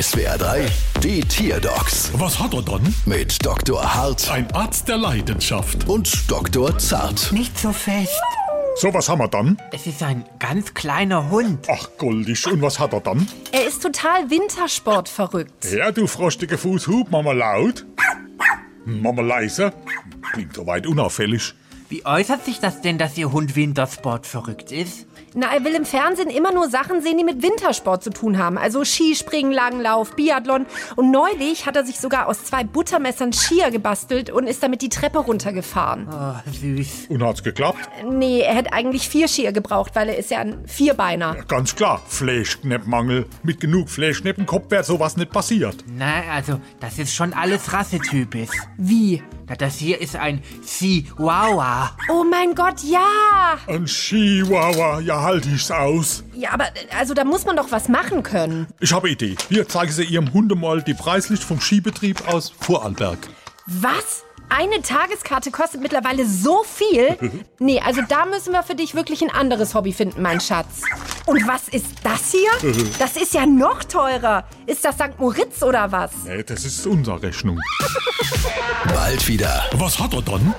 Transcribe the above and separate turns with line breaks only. SWR 3, die Tierdocs
Was hat er dann?
mit Dr. Hart
Ein Arzt der Leidenschaft.
und Dr. Zart.
Nicht so fest.
So, was haben wir dann?
Es ist ein ganz kleiner Hund.
Ach, goldig. Und was hat er dann?
Er ist total Wintersport verrückt.
Ja, du frostige Fuß, hub Mama laut. Mama leise. Klingt soweit unauffällig.
Wie äußert sich das denn, dass Ihr Hund Wintersport verrückt ist?
Na, er will im Fernsehen immer nur Sachen sehen, die mit Wintersport zu tun haben. Also Skispringen, Langlauf, Biathlon. Und neulich hat er sich sogar aus zwei Buttermessern Skier gebastelt und ist damit die Treppe runtergefahren.
Oh, süß.
Und hat's geklappt?
Nee, er hätte eigentlich vier Skier gebraucht, weil er ist ja ein Vierbeiner.
Ganz klar, Fleischkneppmangel. Mit genug Fleischknepp im Kopf wäre sowas nicht passiert.
Na, also, das ist schon alles rassetypisch.
Wie?
Na, das hier ist ein Chihuahua.
Oh mein Gott, ja!
Ein Chihuahua, ja halt ich's aus.
Ja, aber äh, also da muss man doch was machen können.
Ich habe Idee. Hier zeige sie ihrem Hunde mal die Preisliste vom Skibetrieb aus Vorarlberg.
Was? Eine Tageskarte kostet mittlerweile so viel? Nee, also da müssen wir für dich wirklich ein anderes Hobby finden, mein Schatz. Und was ist das hier? Das ist ja noch teurer. Ist das St. Moritz oder was?
Nee, das ist unsere Rechnung.
Bald wieder.
Was hat er dann?